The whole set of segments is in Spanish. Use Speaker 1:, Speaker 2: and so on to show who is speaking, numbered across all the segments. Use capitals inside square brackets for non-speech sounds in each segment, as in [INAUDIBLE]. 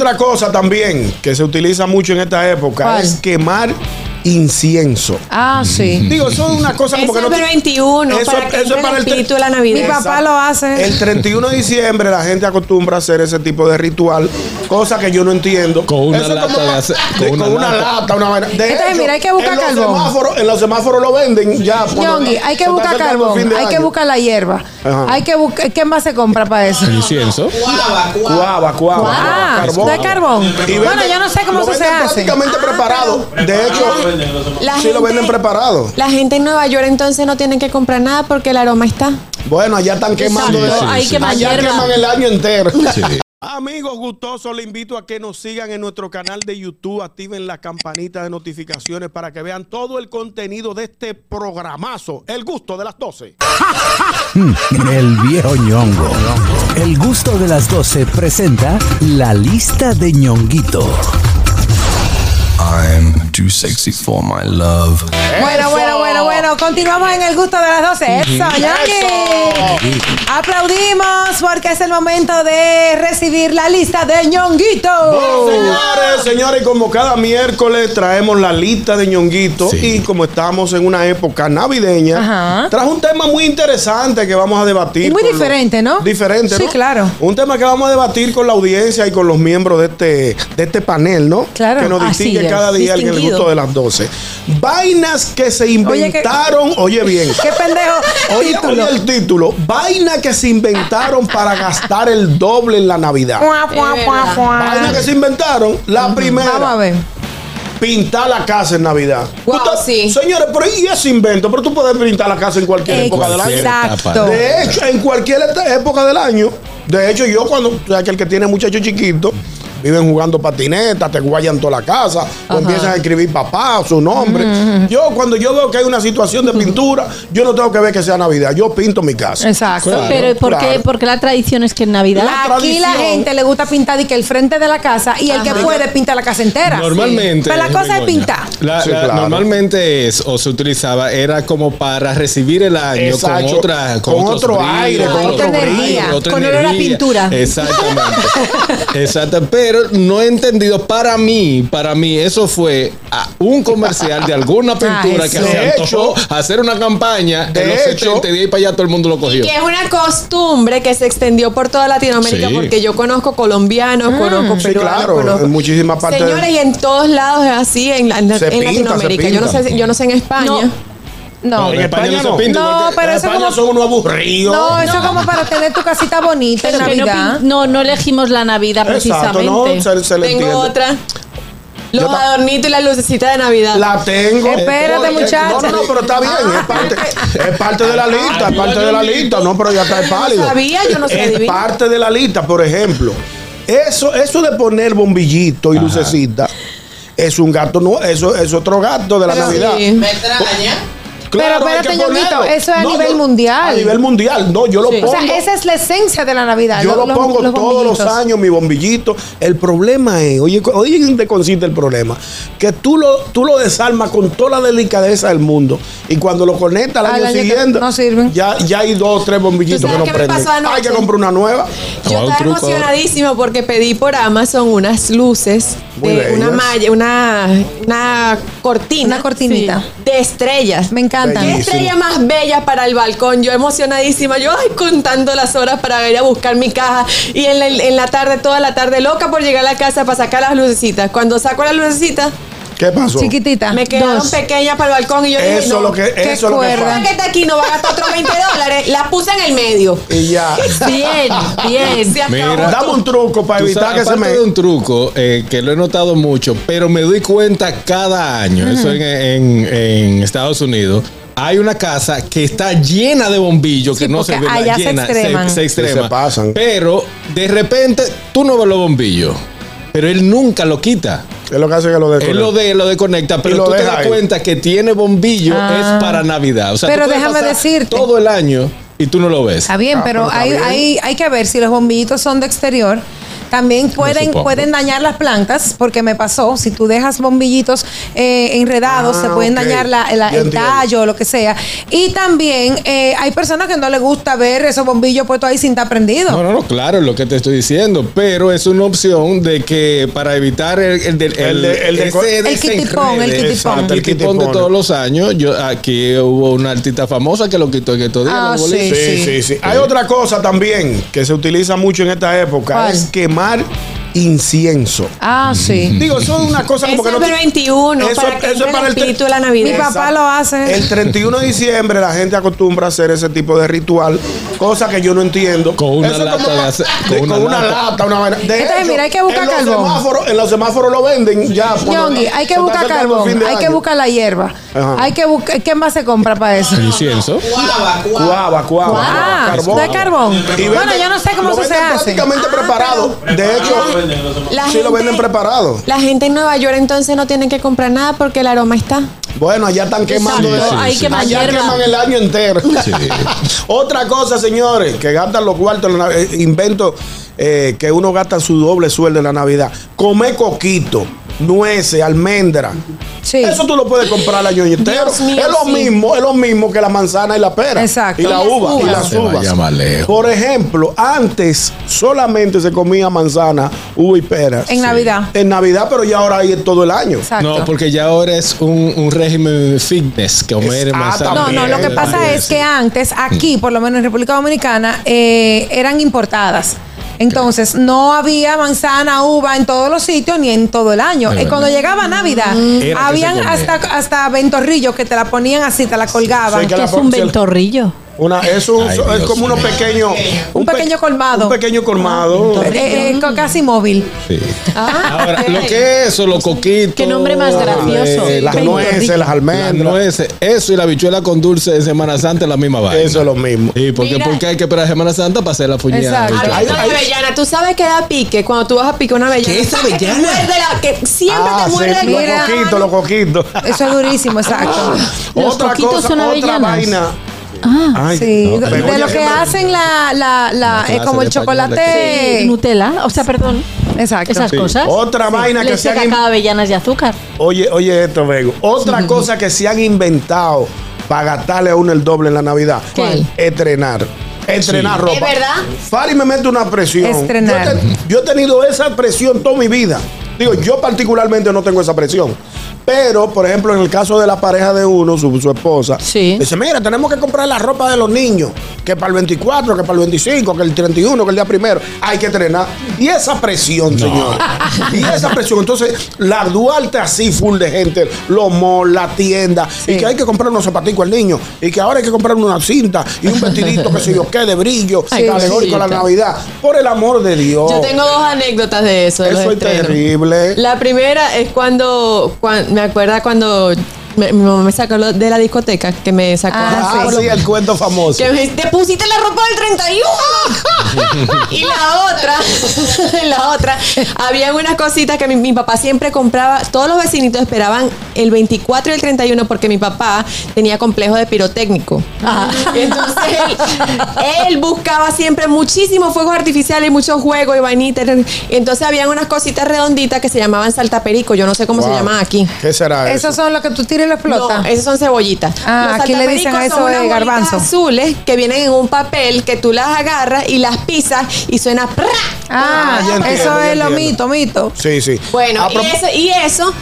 Speaker 1: Otra cosa también que se utiliza mucho en esta época
Speaker 2: ¿Cuál?
Speaker 1: es quemar incienso.
Speaker 2: Ah,
Speaker 1: [LAUGHS]
Speaker 2: sí.
Speaker 1: Digo, eso es una cosa como
Speaker 3: Eso
Speaker 1: que no.
Speaker 3: es para el 21, para que entre el
Speaker 1: tre-
Speaker 3: espíritu de la Navidad.
Speaker 2: Mi papá lo hace.
Speaker 1: El 31 de diciembre la gente acostumbra a hacer ese tipo de ritual, cosa que yo no entiendo.
Speaker 4: Con una
Speaker 1: Eso es como
Speaker 4: lata de
Speaker 1: pa-
Speaker 4: ace-
Speaker 1: de- con, una lata, una vaina. De
Speaker 2: Entonces, mira, hay que buscar
Speaker 1: en los
Speaker 2: carbón.
Speaker 1: semáforos- en los semáforos lo venden ya. cuando
Speaker 2: Yongi,
Speaker 1: se
Speaker 2: hay que
Speaker 1: está
Speaker 2: buscar
Speaker 1: acercando el fin
Speaker 2: carbón,
Speaker 1: de
Speaker 2: hay que
Speaker 1: año.
Speaker 2: buscar la hierba,
Speaker 1: Ajá.
Speaker 2: hay que buscar. ¿Qué más se compra para eso?
Speaker 4: El incienso.
Speaker 5: Guava, guava.
Speaker 1: Cuava, cuava. cuava,
Speaker 2: Ah, ¿no es carbón?
Speaker 1: Y
Speaker 2: Bueno,
Speaker 1: venden-
Speaker 2: yo no sé cómo
Speaker 1: lo
Speaker 2: eso se
Speaker 1: venden
Speaker 2: hace. Ah,
Speaker 1: Prácticamente preparado. De hecho,
Speaker 3: La
Speaker 1: sí lo venden preparado.
Speaker 3: La gente en Nueva York entonces no tiene que comprar nada porque el aroma está.
Speaker 1: Bueno, allá están quemando.
Speaker 4: Sí, sí, Ahí sí.
Speaker 3: queman
Speaker 1: allá
Speaker 3: hierba.
Speaker 1: queman el año [LAUGHS] entero.
Speaker 4: Sí.
Speaker 1: Amigos gustosos, les invito a que nos sigan en nuestro canal de YouTube, activen la campanita de notificaciones para que vean todo el contenido de este programazo, El Gusto de las 12.
Speaker 6: El viejo ñongo. El gusto de las 12 presenta la lista de ñonguito.
Speaker 7: I'm too sexy for my love.
Speaker 2: Bueno, bueno, bueno, bueno. Continuamos en el gusto de las 12. Eso, Ñongui. Aplaudimos porque es el momento de recibir la lista de ñonguito.
Speaker 1: Señores, señores, como cada miércoles traemos la lista de ñonguito
Speaker 4: Sí.
Speaker 1: y como estamos en una época navideña,
Speaker 2: Ajá.
Speaker 1: trajo un tema muy interesante que vamos a debatir.
Speaker 2: Y muy
Speaker 1: con los-
Speaker 2: diferente, ¿no?
Speaker 1: Diferente,
Speaker 2: Sí,
Speaker 1: ¿no?
Speaker 2: claro.
Speaker 1: Un tema que vamos a debatir con la audiencia y con los miembros de este, de este panel, ¿no?
Speaker 2: Claro,
Speaker 1: Que nos
Speaker 2: así
Speaker 1: distingue
Speaker 2: es.
Speaker 1: cada día en el
Speaker 3: Distinguido.
Speaker 1: gusto de las 12. Vainas que se
Speaker 2: Oye, que-
Speaker 1: inventaron, oye, bien.
Speaker 2: [LAUGHS] Qué pendejo.
Speaker 1: Oye,
Speaker 2: título.
Speaker 1: oye el título, vaina que se inventaron para gastar el doble en la Navidad.
Speaker 2: Puá, puá, puá, puá.
Speaker 1: Vaina que se inventaron, la primera
Speaker 2: Vamos a ver.
Speaker 1: pintar la casa en Navidad.
Speaker 3: Wow, sí.
Speaker 1: Señores, pero y ese invento, pero tú puedes pintar la casa en cualquier época del año.
Speaker 2: Exacto.
Speaker 1: De hecho, en cualquier esta- época del año, de hecho, yo cuando, o sea, que el que tiene muchachos chiquitos, viven jugando patinetas, te guayan toda la casa, o empiezan a escribir papá, su nombre. Yo, cuando yo veo que hay una situación de pintura, yo no tengo que ver que sea Navidad, yo pinto mi casa.
Speaker 2: Exacto.
Speaker 1: Claro,
Speaker 8: Pero ¿por qué,
Speaker 1: claro.
Speaker 8: por qué la tradición es que en Navidad?
Speaker 1: La
Speaker 2: Aquí la
Speaker 1: tradición.
Speaker 2: gente le gusta pintar y que el frente de la casa y el que puede pinta la casa entera.
Speaker 4: Normalmente.
Speaker 2: Pero la cosa es
Speaker 4: Begoña,
Speaker 2: pintar.
Speaker 4: la-
Speaker 1: Sí,
Speaker 4: la-
Speaker 1: claro.
Speaker 4: Normalmente es, o se utilizaba, era como para recibir el año
Speaker 1: Exacto.
Speaker 4: con otra.
Speaker 1: Con otro aire, con
Speaker 4: otros
Speaker 2: otra
Speaker 4: brillos,
Speaker 2: energía,
Speaker 4: otra
Speaker 2: con olor a pintura. [LAUGHS]
Speaker 4: Exactamente. Exacto. Pero no he entendido, para mí, para mí, eso fue a un comercial de
Speaker 2: Ah,
Speaker 4: alguna pintura que
Speaker 1: sí.
Speaker 4: se
Speaker 1: De
Speaker 4: antojó
Speaker 1: hecho,
Speaker 4: hacer una campaña
Speaker 1: de
Speaker 4: de los
Speaker 1: hecho,
Speaker 4: 70 y de ahí para allá todo el mundo lo cogió.
Speaker 3: Que es una costumbre que se extendió por toda Latinoamérica
Speaker 4: Sí.
Speaker 3: porque yo conozco colombianos, conozco
Speaker 1: Sí,
Speaker 3: peruanos,
Speaker 1: claro,
Speaker 3: conozco-
Speaker 1: en muchísimas partes.
Speaker 3: Señores, y en todos lados es así, en, la- en
Speaker 1: Se pinta,
Speaker 3: Latinoamérica.
Speaker 1: se
Speaker 3: Yo no
Speaker 1: pinta.
Speaker 3: sé, yo no sé en España.
Speaker 2: No.
Speaker 4: en España no se
Speaker 1: no.
Speaker 4: pinta,
Speaker 2: No,
Speaker 4: porque-
Speaker 2: pero
Speaker 1: En
Speaker 2: eso
Speaker 1: España
Speaker 2: como-
Speaker 1: son unos aburridos.
Speaker 2: No, eso como para tener tu casita bonita en
Speaker 8: Pero que no
Speaker 2: Navidad.
Speaker 8: pin- no, no elegimos la Navidad
Speaker 1: Exacto, no,
Speaker 8: precisamente.
Speaker 1: se, se le
Speaker 3: Tengo
Speaker 1: entiende.
Speaker 3: otra. Los
Speaker 1: Yo ta-
Speaker 3: adornitos y la lucecita de Navidad.
Speaker 1: La tengo.
Speaker 2: Espérate,
Speaker 1: Porque-
Speaker 2: muchacha.
Speaker 1: No, no, no, pero está bien. Es parte, es parte de la lista. Es parte de la lista. No, pero ya está es pálido.
Speaker 3: sabía, yo no sé,
Speaker 1: Es
Speaker 3: adivina.
Speaker 1: parte de la lista, por ejemplo. Eso, eso de poner bombillito y lucecita es un gato no, eso es otro gato de la
Speaker 3: Pero
Speaker 1: Navidad.
Speaker 3: sí.
Speaker 5: Metraña.
Speaker 1: hay
Speaker 2: espérate,
Speaker 1: que ponerlo.
Speaker 2: Ñonguito, eso es a nivel mundial.
Speaker 1: A nivel mundial, no, yo lo
Speaker 2: O
Speaker 1: pongo.
Speaker 2: sea, esa es la esencia de la Navidad.
Speaker 1: Yo
Speaker 2: Ah, lo-
Speaker 1: lo,
Speaker 2: los-
Speaker 1: pongo
Speaker 2: los
Speaker 1: todos los
Speaker 2: bombillitos.
Speaker 1: años, mi bombillito. El problema es, oye, co- oye, ¿en qué consiste el problema? Que tú lo, tú lo desarmas con toda la delicadeza del mundo. Y cuando lo conectas al
Speaker 2: Al
Speaker 1: año
Speaker 2: año que
Speaker 1: siguiente,
Speaker 2: no sirven.
Speaker 1: Ya, ya hay dos o tres bombillitos
Speaker 3: ¿Tú
Speaker 1: que
Speaker 3: sabes
Speaker 1: no
Speaker 3: qué me
Speaker 1: prenden.
Speaker 3: pasó anoche?
Speaker 1: Hay que comprar una nueva.
Speaker 3: Yo
Speaker 4: Ah, un
Speaker 3: estaba
Speaker 4: truco ahora.
Speaker 3: emocionadísima porque pedí por Amazon unas luces
Speaker 1: Muy
Speaker 3: de una
Speaker 1: bellas.
Speaker 3: malla, una, una cortina.
Speaker 2: Una cortinita.
Speaker 3: Sí, de estrellas.
Speaker 2: Me encantan.
Speaker 3: ¿Qué estrella más bella para el balcón? Yo emocionadísima, yo ay, contando las horas para ir a buscar mi caja y en la, en la tarde, toda la tarde, loca por llegar a la casa para sacar las lucecitas. Cuando saco las lucecitas,
Speaker 1: ¿Qué pasó?
Speaker 2: Chiquitita.
Speaker 3: me quedaron
Speaker 2: Ah, Dos.
Speaker 3: pequeñas para el balcón y yo dije,
Speaker 1: Eso
Speaker 3: no,
Speaker 1: lo que,
Speaker 2: qué
Speaker 1: eso lo que
Speaker 2: cuerda.
Speaker 1: pasa.
Speaker 3: que está aquí no va a gastar otros 20 dólares, las puse en el medio.
Speaker 1: Y ya.
Speaker 2: [LAUGHS]
Speaker 8: Bien, bien.
Speaker 3: Se acabó.
Speaker 4: Mira.
Speaker 1: Dame un truco para
Speaker 4: Tú
Speaker 1: evitar
Speaker 4: sabes,
Speaker 1: que se
Speaker 4: aparte
Speaker 1: me.
Speaker 4: de un truco eh, que lo he notado mucho, pero me doy cuenta cada año, eso en, en- en Estados Unidos, hay una casa que está llena de bombillos
Speaker 2: Sí,
Speaker 4: que no se
Speaker 2: porque
Speaker 4: ven,
Speaker 2: allá se
Speaker 4: llena,
Speaker 2: extreman.
Speaker 4: se extrema.
Speaker 1: Se pasan.
Speaker 4: Pero de repente tú no ves los bombillos, pero él nunca lo quita.
Speaker 1: Es lo que hace que lo
Speaker 4: Él lo,
Speaker 1: desconecte.
Speaker 4: de, lo desconecta,
Speaker 1: Y
Speaker 4: pero
Speaker 1: lo
Speaker 4: tú te
Speaker 1: deja
Speaker 4: das
Speaker 1: ahí.
Speaker 4: cuenta que tiene bombillo
Speaker 2: Ah.
Speaker 4: es para Navidad. O sea,
Speaker 2: Pero
Speaker 4: tú puedes
Speaker 2: déjame
Speaker 4: pasar
Speaker 2: decirte.
Speaker 4: todo el año y tú no lo ves.
Speaker 2: Está bien,
Speaker 1: Ah,
Speaker 2: pero,
Speaker 1: pero está
Speaker 2: hay,
Speaker 1: bien.
Speaker 2: Hay, hay que ver si los bombillitos son de exterior. También pueden,
Speaker 4: supongo.
Speaker 2: pueden dañar las plantas, porque me pasó, si tú dejas bombillitos eh, enredados,
Speaker 1: Ah,
Speaker 2: se pueden
Speaker 1: ok.
Speaker 2: dañar la- la-
Speaker 1: Ya
Speaker 2: el
Speaker 1: entiendo.
Speaker 2: tallo o lo que sea. Y también eh, hay personas que no les gusta ver esos bombillos puestos ahí sin estar prendidos.
Speaker 4: No, no, no, claro, es lo que te estoy diciendo, pero es una opción de que para evitar el, el, del-
Speaker 1: El de- el de-
Speaker 4: ese
Speaker 1: El
Speaker 4: desenrede,
Speaker 2: quitipón, el quitipón.
Speaker 4: exacto, el
Speaker 1: El
Speaker 4: quitipón de
Speaker 1: quitipón.
Speaker 4: todos los años, yo aquí hubo una artista famosa que lo quitó en estos días.
Speaker 2: Ah,
Speaker 4: los boliches.
Speaker 1: Sí,
Speaker 2: Sí, sí.
Speaker 1: sí, sí. Hay otra cosa también que se utiliza mucho en esta época,
Speaker 2: ¿Cuál?
Speaker 1: es quemar incienso.
Speaker 2: Ah,
Speaker 1: [LAUGHS]
Speaker 2: sí.
Speaker 1: Digo, eso es una cosa como
Speaker 3: Eso
Speaker 1: que no
Speaker 3: es para
Speaker 1: ti-
Speaker 3: 21,
Speaker 1: Eso-
Speaker 3: para
Speaker 1: eso
Speaker 3: que
Speaker 1: es
Speaker 3: entre el
Speaker 1: para el tre-
Speaker 3: espíritu de la
Speaker 2: Mi
Speaker 3: Navidad.
Speaker 2: papá lo hace.
Speaker 1: El 31 de diciembre la gente acostumbra a hacer ese tipo de ritual, cosa que yo no entiendo.
Speaker 4: Con una
Speaker 1: Eso es
Speaker 4: lata
Speaker 1: como
Speaker 4: de
Speaker 1: pa-
Speaker 4: ace-
Speaker 1: de- con, una lata, una vaina. De
Speaker 2: Entonces, mira, hay que buscar
Speaker 1: en los
Speaker 2: carbón.
Speaker 1: semáforos- en los semáforos lo venden ya. cuando-
Speaker 2: Yongi, hay que
Speaker 1: se está
Speaker 2: buscar
Speaker 1: acercando el
Speaker 2: carbón,
Speaker 1: fin de
Speaker 2: hay que
Speaker 1: año.
Speaker 2: buscar la hierba,
Speaker 1: Ajá.
Speaker 2: hay que buscar, ¿qué más se compra para eso?
Speaker 4: Incienso.
Speaker 1: Cuava, cuava.
Speaker 2: Ah, ¿no es carbón?
Speaker 1: Y
Speaker 2: Bueno, yo no sé cómo
Speaker 1: lo
Speaker 2: eso se
Speaker 1: venden
Speaker 2: hace. Ah,
Speaker 1: prácticamente preparado. De hecho,
Speaker 3: La
Speaker 1: sí lo venden preparado.
Speaker 3: La gente en Nueva York entonces no tiene que comprar nada porque el aroma está.
Speaker 1: Bueno, allá están quemando.
Speaker 4: Sí, sí,
Speaker 8: Hay sí. queman
Speaker 1: allá
Speaker 8: hierba.
Speaker 1: queman el año entero.
Speaker 4: Sí.
Speaker 1: [LAUGHS] Otra cosa, señores, que gastan los cuartos en la nav- eh, invento eh, que uno gasta su doble sueldo en la Navidad. Come coquito, nueces, almendra.
Speaker 2: Sí.
Speaker 1: Eso tú lo puedes comprar al año entero.
Speaker 3: Dios mío,
Speaker 1: es lo
Speaker 3: sí.
Speaker 1: mismo, es lo mismo que la manzana y la pera.
Speaker 2: Exacto.
Speaker 1: Y la
Speaker 2: Y las
Speaker 1: uva, y
Speaker 2: uvas.
Speaker 1: las
Speaker 4: Se vaya
Speaker 1: uvas.
Speaker 4: más lejos.
Speaker 1: Por ejemplo, antes solamente se comía manzana, uva y pera.
Speaker 2: En Navidad.
Speaker 1: En Navidad, pero ya ahora hay en todo el año.
Speaker 2: Exacto.
Speaker 4: No, porque ya ahora es un, un régimen fitness, comer
Speaker 1: Es- ah,
Speaker 4: manzana.
Speaker 2: No, no, lo que
Speaker 1: También,
Speaker 2: pasa
Speaker 4: También,
Speaker 2: es
Speaker 4: sí.
Speaker 2: que antes, aquí,
Speaker 4: Mm.
Speaker 2: por lo menos en República Dominicana, eh, eran importadas. Entonces, no había manzana, uva en todos los sitios ni en todo el año.
Speaker 4: Es
Speaker 2: Y
Speaker 4: verdad. Mm.
Speaker 2: cuando llegaba Navidad,
Speaker 4: que se
Speaker 2: habían
Speaker 4: comía.
Speaker 2: hasta, hasta ventorrillos que te la ponían así, te la colgaban. Eh,
Speaker 1: Sí, que
Speaker 8: Que
Speaker 1: la
Speaker 8: es un
Speaker 1: po- se-
Speaker 8: ventorrillo.
Speaker 1: Una, es, un-
Speaker 4: Ay,
Speaker 1: es
Speaker 4: Dios
Speaker 1: como unos
Speaker 4: mío.
Speaker 1: pequeños.
Speaker 2: Un
Speaker 1: pe-
Speaker 2: pequeño colmado.
Speaker 1: Un pequeño colmado.
Speaker 2: Eh, eh, co- casi móvil.
Speaker 4: Sí.
Speaker 2: Ah,
Speaker 4: Ahora, lo que es eso, los coquitos.
Speaker 8: Qué nombre más gracioso.
Speaker 1: Eh, las
Speaker 8: Ventorrillo.
Speaker 1: nueces, las
Speaker 4: Las
Speaker 1: almendras.
Speaker 4: nueces, eso y la bichuela con dulce de Semana Santa es la misma vaina.
Speaker 1: Eso es lo mismo.
Speaker 4: Sí, porque,
Speaker 3: Mira.
Speaker 4: porque hay que esperar a Semana Santa para hacer la fuñada.
Speaker 2: Exacto.
Speaker 4: Bichuela.
Speaker 1: Ay,
Speaker 3: Hablando de
Speaker 1: ay.
Speaker 3: avellana, tú sabes que da pique cuando tú vas a picar una avellana.
Speaker 4: ¿Qué es
Speaker 3: ¿Sabes que te
Speaker 4: avellana?
Speaker 3: muerde la- que siempre
Speaker 1: Ah,
Speaker 3: te
Speaker 1: sí,
Speaker 3: muerde el Ah,
Speaker 1: los
Speaker 2: mira.
Speaker 1: coquitos, los coquitos.
Speaker 2: Eso es durísimo,
Speaker 4: [LAUGHS]
Speaker 2: exacto.
Speaker 8: Los
Speaker 1: otra
Speaker 8: coquitos
Speaker 1: cosa,
Speaker 8: son
Speaker 1: otra
Speaker 8: avellanas.
Speaker 1: vaina.
Speaker 8: Ah,
Speaker 1: Ay,
Speaker 2: Sí,
Speaker 1: no,
Speaker 2: de- de
Speaker 1: Begoña,
Speaker 2: lo que
Speaker 1: ¿qué más?
Speaker 2: hacen la, la, la-
Speaker 4: clase
Speaker 2: eh, como
Speaker 4: de
Speaker 2: el
Speaker 4: española
Speaker 2: chocolate.
Speaker 8: eh, Nutella, o sea, perdón.
Speaker 2: Exacto.
Speaker 8: Esas cosas.
Speaker 1: Otra vaina que
Speaker 8: Leche,
Speaker 1: se han in-
Speaker 8: cacao, avellanas y azúcar.
Speaker 1: Oye, oye esto, Vego. Otra cosa que se han inventado para gastarle a uno el doble en la Navidad.
Speaker 8: ¿Cuál?
Speaker 1: Entrenar. Entrenar
Speaker 4: Sí.
Speaker 1: ropa.
Speaker 3: ¿Es verdad?
Speaker 1: Fari me mete una presión.
Speaker 2: Estrenar.
Speaker 1: Yo, te- yo he tenido esa presión toda mi vida. Digo, yo particularmente no tengo esa presión. Pero, por ejemplo, en el caso de la pareja de uno, su, su esposa,
Speaker 8: Sí.
Speaker 1: dice, mira, tenemos que comprar la ropa de los niños, que para el 24, que para el 25, que el 31, que el día primero, hay que entrenar. Y esa presión,
Speaker 8: [LAUGHS]
Speaker 1: señor. Y esa presión. Entonces, la Duarte así, full de gente, los malls, la tienda, y que hay que comprar unos zapaticos al niño, y que ahora hay que comprar una cinta y un vestidito, que sé yo qué, de brillo,
Speaker 8: Ay,
Speaker 1: alegórico a la
Speaker 8: cosita.
Speaker 1: Navidad. Por el amor de Dios.
Speaker 3: Yo tengo dos anécdotas de eso. de los
Speaker 1: Eso es
Speaker 3: estrenos.
Speaker 1: terrible.
Speaker 3: La primera es cuando, cuan- me acuerda cuando me- mi mamá me sacó lo- de la discoteca, que me sacó.
Speaker 1: Ah, sí, el cuento famoso.
Speaker 3: Que me- te pusiste la ropa del 31. y la otra, [LAUGHS] la otra, había unas cositas que mi, mi papá siempre compraba. Todos los vecinitos esperaban el 24 y el 31 porque mi papá tenía complejo de pirotécnico. Entonces él, él buscaba siempre muchísimos fuegos artificiales y muchos juegos y vainitas. Entonces habían unas cositas redonditas que se llamaban saltaperico. Yo no sé cómo se
Speaker 1: Wow.
Speaker 3: llaman aquí.
Speaker 1: ¿Qué será eso?
Speaker 2: Esos son los que tú tiras y lo explotas.
Speaker 3: No,
Speaker 1: eh,
Speaker 3: esas son cebollitas.
Speaker 2: Ah, aquí le dicen
Speaker 3: saltapericos
Speaker 2: a eso
Speaker 3: son unas
Speaker 2: de
Speaker 3: bolitas
Speaker 2: garbanzo.
Speaker 3: azules que vienen en un papel que tú las agarras y las pisas y suena ¡prá!
Speaker 2: Ah,
Speaker 1: Ah, ya entiendo, Ah,
Speaker 2: eso
Speaker 1: ya
Speaker 2: es lo
Speaker 1: entiendo.
Speaker 2: mito, mito.
Speaker 1: Sí, sí.
Speaker 3: Bueno,
Speaker 1: A
Speaker 3: y
Speaker 1: prop-
Speaker 3: eso, y eso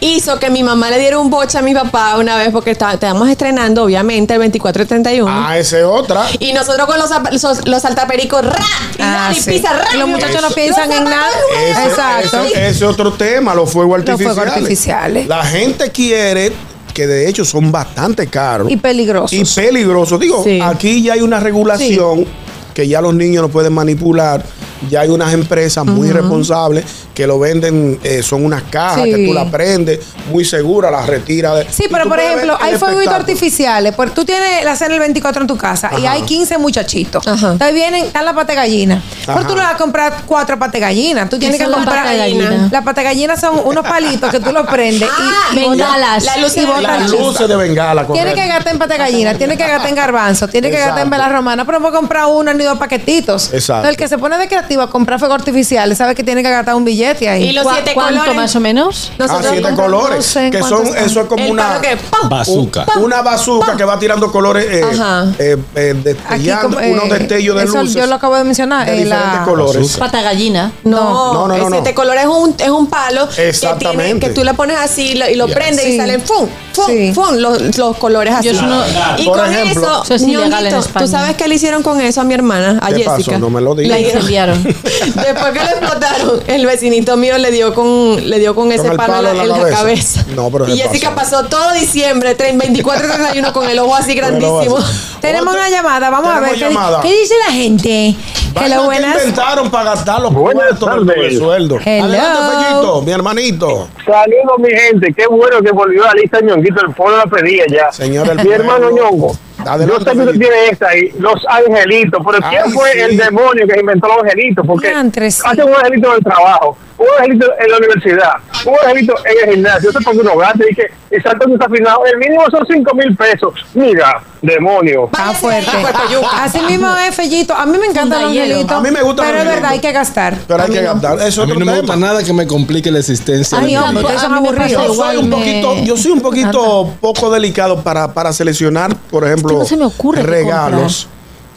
Speaker 3: hizo que mi mamá le diera un boche a mi papá una vez porque está- estábamos estrenando, obviamente, el 24 y 31.
Speaker 1: Ah, esa es otra.
Speaker 3: Y nosotros con los, zap- los, los saltapericos, ¡ra! Y
Speaker 2: Ah,
Speaker 3: dale,
Speaker 2: sí.
Speaker 3: pisa, ¡ra!
Speaker 2: Y los muchachos no
Speaker 3: Los
Speaker 2: piensan en nada.
Speaker 3: zapatos,
Speaker 1: Eso-
Speaker 2: Exacto.
Speaker 1: eso- Ese es otro tema, los fuegos
Speaker 2: Los
Speaker 1: artificiales.
Speaker 2: fuegos artificiales.
Speaker 1: La gente quiere, que de hecho son bastante caros.
Speaker 2: Y peligrosos.
Speaker 1: Y peligrosos. Digo,
Speaker 3: Sí.
Speaker 1: aquí ya hay una regulación que ya los niños no pueden manipular. Ya hay unas empresas muy responsables que lo venden, eh, son unas cajas
Speaker 2: Sí.
Speaker 1: que tú las prendes, muy segura, las retiras. de-
Speaker 2: Sí,
Speaker 1: y
Speaker 2: pero
Speaker 1: tú
Speaker 2: por
Speaker 1: puedes ver
Speaker 2: ejemplo,
Speaker 1: el
Speaker 2: hay fueguitos
Speaker 1: espectáculo.
Speaker 2: artificiales. Porque tú tienes la cena el 24 en tu casa y
Speaker 1: Ajá.
Speaker 2: hay 15 muchachitos.
Speaker 3: Ajá.
Speaker 2: Entonces vienen, están las patas gallinas. Pero
Speaker 1: Ajá.
Speaker 2: tú no vas a comprar cuatro patas gallinas. Tú tienes
Speaker 8: ¿Qué
Speaker 2: que
Speaker 8: son las
Speaker 2: comprar.
Speaker 8: patas gallinas?
Speaker 2: Las patas gallinas son unos palitos que tú los prendes.
Speaker 8: Ah,
Speaker 2: y, y botan-
Speaker 8: bengalas.
Speaker 3: La luz
Speaker 2: y botan
Speaker 1: Las
Speaker 2: chispas.
Speaker 1: luces de bengala,
Speaker 2: Tiene
Speaker 1: correcto.
Speaker 2: que gastar en pata gallina, tiene que gastar en garbanzo, tiene que gastar en
Speaker 1: Exacto.
Speaker 2: velas romanas, pero hemos comprado uno ni dos paquetitos.
Speaker 1: Exacto.
Speaker 2: el que se pone de creativo nativo a comprar fuego artificial, sabe que tiene que gastar un billete ahí.
Speaker 3: Y los
Speaker 8: ¿Cuá-
Speaker 3: siete
Speaker 8: ¿Cuánto
Speaker 3: colores?
Speaker 8: más o menos?
Speaker 1: a siete
Speaker 2: compramos, no
Speaker 1: Ah, colores.
Speaker 2: sé en
Speaker 1: que
Speaker 2: cuánto
Speaker 1: son,
Speaker 2: están.
Speaker 1: eso es como
Speaker 3: El
Speaker 1: una.
Speaker 3: palo que ¡pam!
Speaker 4: Bazooka.
Speaker 1: un- Una bazuca que va tirando colores, eh,
Speaker 3: Ajá.
Speaker 1: eh, eh, destellando,
Speaker 2: como, eh,
Speaker 1: unos destellos de
Speaker 2: eso
Speaker 1: luces.
Speaker 2: Yo lo acabo de mencionar.
Speaker 1: de
Speaker 2: eh, la-
Speaker 1: diferentes colores.
Speaker 4: Azúcar.
Speaker 8: Patagallina.
Speaker 3: No,
Speaker 1: No, no, no,
Speaker 3: el
Speaker 1: no.
Speaker 3: siete colores es un, es un palo que, tiene,
Speaker 1: Exactamente.
Speaker 3: que tú le pones así y lo, y lo
Speaker 4: Ya.
Speaker 3: prendes
Speaker 2: Sí.
Speaker 3: y salen ¡fum! ¡fum!
Speaker 2: Sí.
Speaker 3: ¡fum! Los, los colores así.
Speaker 8: Yo eso no-
Speaker 3: y
Speaker 1: Por
Speaker 3: con
Speaker 1: ejemplo.
Speaker 3: eso,
Speaker 8: Eso es ilegal en
Speaker 3: ñonguito,
Speaker 8: España.
Speaker 3: ¿tú sabes qué le hicieron con eso a mi hermana, a
Speaker 1: ¿Qué pasó?
Speaker 3: Jessica?
Speaker 1: No me lo digas.
Speaker 8: La
Speaker 3: Le- [LAUGHS]
Speaker 8: incendiaron.
Speaker 3: Después que lo explotaron, el vecinito mío le dio con, le dio con ese
Speaker 1: el
Speaker 3: palo, en la, en la cabeza.
Speaker 1: No, pero
Speaker 3: y
Speaker 1: ¿qué
Speaker 3: Jessica
Speaker 1: pasó?
Speaker 3: pasó todo diciembre, 30, 24 y 31, con el ojo
Speaker 1: [LAUGHS]
Speaker 3: así
Speaker 1: Pero lo
Speaker 3: grandísimo.
Speaker 1: vas a-
Speaker 3: [LAUGHS]
Speaker 2: Tenemos
Speaker 1: Otra-
Speaker 2: una llamada, vamos a ver.
Speaker 1: tenemos
Speaker 2: ¿qué, di-
Speaker 1: llamada.
Speaker 2: qué dice la gente?
Speaker 1: Vaina
Speaker 2: Hello,
Speaker 1: que
Speaker 2: buenas.
Speaker 1: inventaron para gastar los
Speaker 5: Buenas
Speaker 1: cuartos del
Speaker 5: tardes.
Speaker 1: doble sueldo.
Speaker 2: Hello.
Speaker 1: Adelante, Fellito, mi hermanito.
Speaker 5: Saludos, mi gente. Qué bueno que volvió la lista ñonguito. El pueblo la pedía ya.
Speaker 1: Señor, el
Speaker 5: mi hermano
Speaker 1: pueblo.
Speaker 5: ñongo.
Speaker 1: Adelante,
Speaker 5: yo sé que usted
Speaker 1: Fellito.
Speaker 5: tiene esta ahí, los angelitos. Pero
Speaker 1: Ay,
Speaker 5: ¿quién fue
Speaker 1: sí.
Speaker 5: el demonio que inventó los angelitos? Porque
Speaker 2: Diantre, sí.
Speaker 5: hace un angelito en el trabajo, un angelito en la universidad, un angelito en el gimnasio. Yo sé por qué uno gasta y que el salto no está afinado. El mínimo son 5 mil pesos. Mira, demonio.
Speaker 2: Está fuerte.
Speaker 3: Váyase de ahí, Puerto Yuca.
Speaker 2: Así mismo es, Fellito. A mí me encanta el
Speaker 8: Fundayero.
Speaker 2: angelito.
Speaker 1: A mí me gusta el
Speaker 2: Pero es
Speaker 1: angelito.
Speaker 2: verdad, hay que gastar.
Speaker 1: Pero hay que gastar. Eso es
Speaker 4: A mí
Speaker 1: otro
Speaker 4: no me
Speaker 1: tema.
Speaker 4: gusta nada que me complique la existencia
Speaker 8: Ay,
Speaker 4: de mi
Speaker 8: hombre,
Speaker 4: vida.
Speaker 2: Ustedes
Speaker 8: a
Speaker 2: son
Speaker 8: mí me pasa
Speaker 2: aburridos.
Speaker 1: Yo soy
Speaker 8: igual,
Speaker 1: un
Speaker 8: me-
Speaker 1: poquito, yo soy un poquito poco delicado para, para seleccionar, por ejemplo,
Speaker 8: no se me ocurre qué
Speaker 1: regalos.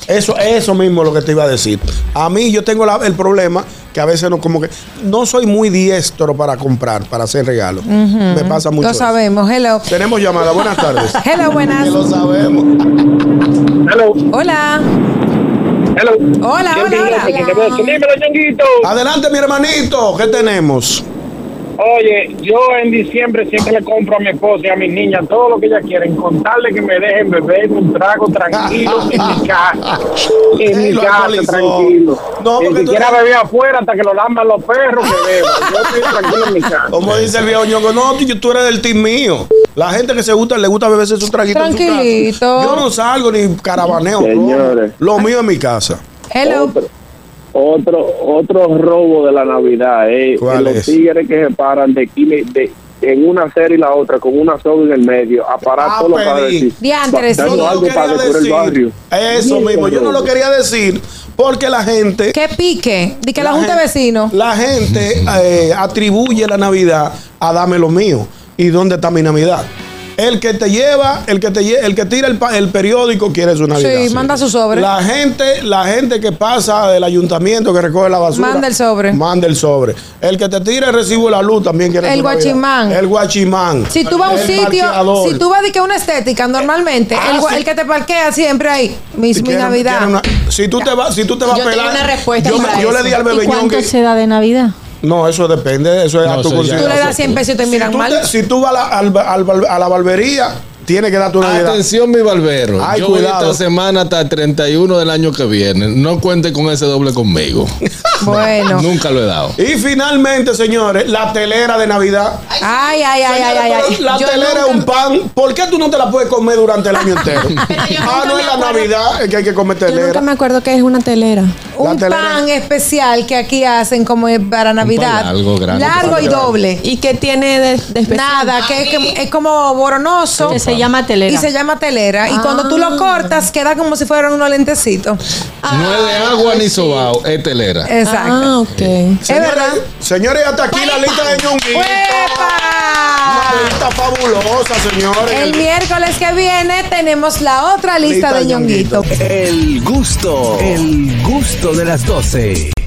Speaker 1: Eso, eso mismo es lo que te iba a decir. A mí yo tengo la- el problema que a veces no como que no soy muy diestro para comprar, para hacer regalos. Me pasa mucho.
Speaker 2: Lo
Speaker 1: eso.
Speaker 2: sabemos, hello.
Speaker 1: Tenemos llamada. Buenas tardes.
Speaker 2: Hello,
Speaker 1: Que
Speaker 2: buenas.
Speaker 1: lo sabemos.
Speaker 5: Hello,
Speaker 2: Hola.
Speaker 5: hello.
Speaker 2: Hola, hola, hola.
Speaker 5: Dímelo, ñonguito.
Speaker 1: Adelante, mi hermanito. ¿Qué tenemos?
Speaker 5: Oye, yo en diciembre siempre le compro a mi esposa y a mis niñas todo lo que ellas quieren, contarle que me dejen beber un trago tranquilo
Speaker 1: [LAUGHS]
Speaker 5: en mi casa. En
Speaker 1: Ey,
Speaker 5: mi
Speaker 1: lo
Speaker 5: casa,
Speaker 1: actualizó.
Speaker 5: tranquilo.
Speaker 1: No,
Speaker 5: Ni
Speaker 1: porque tú
Speaker 5: siquiera
Speaker 1: eres-
Speaker 5: beber afuera hasta que lo lamban los perros
Speaker 1: [LAUGHS]
Speaker 5: que bebo. Yo estoy tranquilo en mi casa.
Speaker 1: Como dice el viejo ñongo, no, tú, tú eres del team mío. La gente que se gusta, le gusta beberse su traguito en su casa.
Speaker 2: Tranquilito.
Speaker 1: Yo no salgo ni carabaneo.
Speaker 5: Señores.
Speaker 1: Lo mío es mi casa. Oh,
Speaker 2: Hello.
Speaker 5: otro otro robo de la Navidad, eh,
Speaker 1: ¿Cuál
Speaker 5: los
Speaker 1: es?
Speaker 5: tigres que se paran de, aquí, de en una serie y la otra con una soga en el medio a parar
Speaker 1: Ah,
Speaker 5: todos los
Speaker 1: pedí.
Speaker 5: padres
Speaker 2: Diantres,
Speaker 1: Yo
Speaker 2: Dando
Speaker 1: no lo quería decir. Eso mismo, yo no lo quería decir porque la gente,
Speaker 2: Que pique. Di que la,
Speaker 1: La
Speaker 2: junta de
Speaker 1: gente-
Speaker 2: vecinos.
Speaker 1: la gente eh, atribuye la Navidad a dame lo mío. ¿Y dónde está mi Navidad? El que te lleva, el que te lle- el que tira el, pa- el periódico quiere su Navidad.
Speaker 2: Sí, manda su sobre.
Speaker 1: La gente, la gente que pasa del ayuntamiento que recoge la basura.
Speaker 2: Manda el sobre.
Speaker 1: Manda el sobre. El que te tira el recibo de la luz también quiere
Speaker 2: El
Speaker 1: su Navidad.
Speaker 2: guachimán.
Speaker 1: El guachimán.
Speaker 2: Si tú vas a un
Speaker 1: El
Speaker 2: sitio,
Speaker 1: parqueador.
Speaker 2: si tú vas de que una estética normalmente,
Speaker 1: Ah,
Speaker 2: el, gua-
Speaker 1: sí.
Speaker 2: el que te parquea siempre ahí, mi,
Speaker 1: Si
Speaker 2: mi
Speaker 1: quieren-
Speaker 2: Navidad.
Speaker 1: quieren una- si tú te vas, si tú te vas
Speaker 3: Yo
Speaker 1: a
Speaker 3: tengo
Speaker 1: pelar.
Speaker 3: una respuesta
Speaker 1: yo, me-
Speaker 3: para
Speaker 1: yo le
Speaker 3: eso.
Speaker 1: di al
Speaker 8: ¿Y
Speaker 1: bebeñón
Speaker 8: cuánto
Speaker 1: que-
Speaker 8: se da de Navidad?
Speaker 1: No, eso depende, eso es
Speaker 4: No,
Speaker 1: a tu
Speaker 4: eso ya-
Speaker 2: Tú le
Speaker 1: consideración.
Speaker 2: das 100 pesos y te
Speaker 1: Si
Speaker 2: miran
Speaker 1: tú,
Speaker 2: mal.
Speaker 1: te- si tú vas a la, al- al- al- a la barbería, tiene que dar tu Navidad.
Speaker 4: Atención, mi barbero.
Speaker 1: Ay,
Speaker 4: Yo
Speaker 1: cuidado.
Speaker 4: voy esta semana hasta el 31 del año que viene. No cuente con ese doble conmigo.
Speaker 2: Bueno.
Speaker 4: Nunca lo he dado.
Speaker 1: Y finalmente, señores, la telera de Navidad.
Speaker 2: Ay, ay, ay, ay,
Speaker 1: Señores,
Speaker 2: ay,
Speaker 1: pero
Speaker 2: ay.
Speaker 1: La
Speaker 3: Yo
Speaker 1: telera es
Speaker 3: nunca-
Speaker 1: un pan. ¿Por qué tú no te la puedes comer durante el año entero?
Speaker 3: yo
Speaker 1: ah,
Speaker 3: nunca
Speaker 1: no
Speaker 3: me
Speaker 1: es la
Speaker 3: acuerdo.
Speaker 1: Navidad, es que hay que comer
Speaker 3: Yo nunca
Speaker 1: telera.
Speaker 3: me acuerdo que es una telera.
Speaker 2: Un
Speaker 1: telera-
Speaker 2: pan eh, especial que aquí hacen como es para Navidad.
Speaker 4: largo, grande,
Speaker 2: Largo y
Speaker 4: grande.
Speaker 2: doble.
Speaker 3: ¿Y qué tiene de, de especial?
Speaker 2: Nada, que, que es como boronoso.
Speaker 8: Que se llama telera.
Speaker 2: Y se llama telera. Y cuando tú lo cortas, queda como si fueran unos lentecitos.
Speaker 4: No es de agua ni sobao, es telera.
Speaker 2: Exacto.
Speaker 3: Ah, ok.
Speaker 1: Señores,
Speaker 2: Es verdad.
Speaker 1: Señores, hasta aquí la lista de ñonguito.
Speaker 2: ¡Uepa!
Speaker 1: Una lista fabulosa, señores.
Speaker 2: El miércoles que viene tenemos la otra lista,
Speaker 1: Lista
Speaker 2: de
Speaker 1: de
Speaker 2: ñonguito.
Speaker 1: Ñonguito.
Speaker 6: El gusto, el gusto de las 12.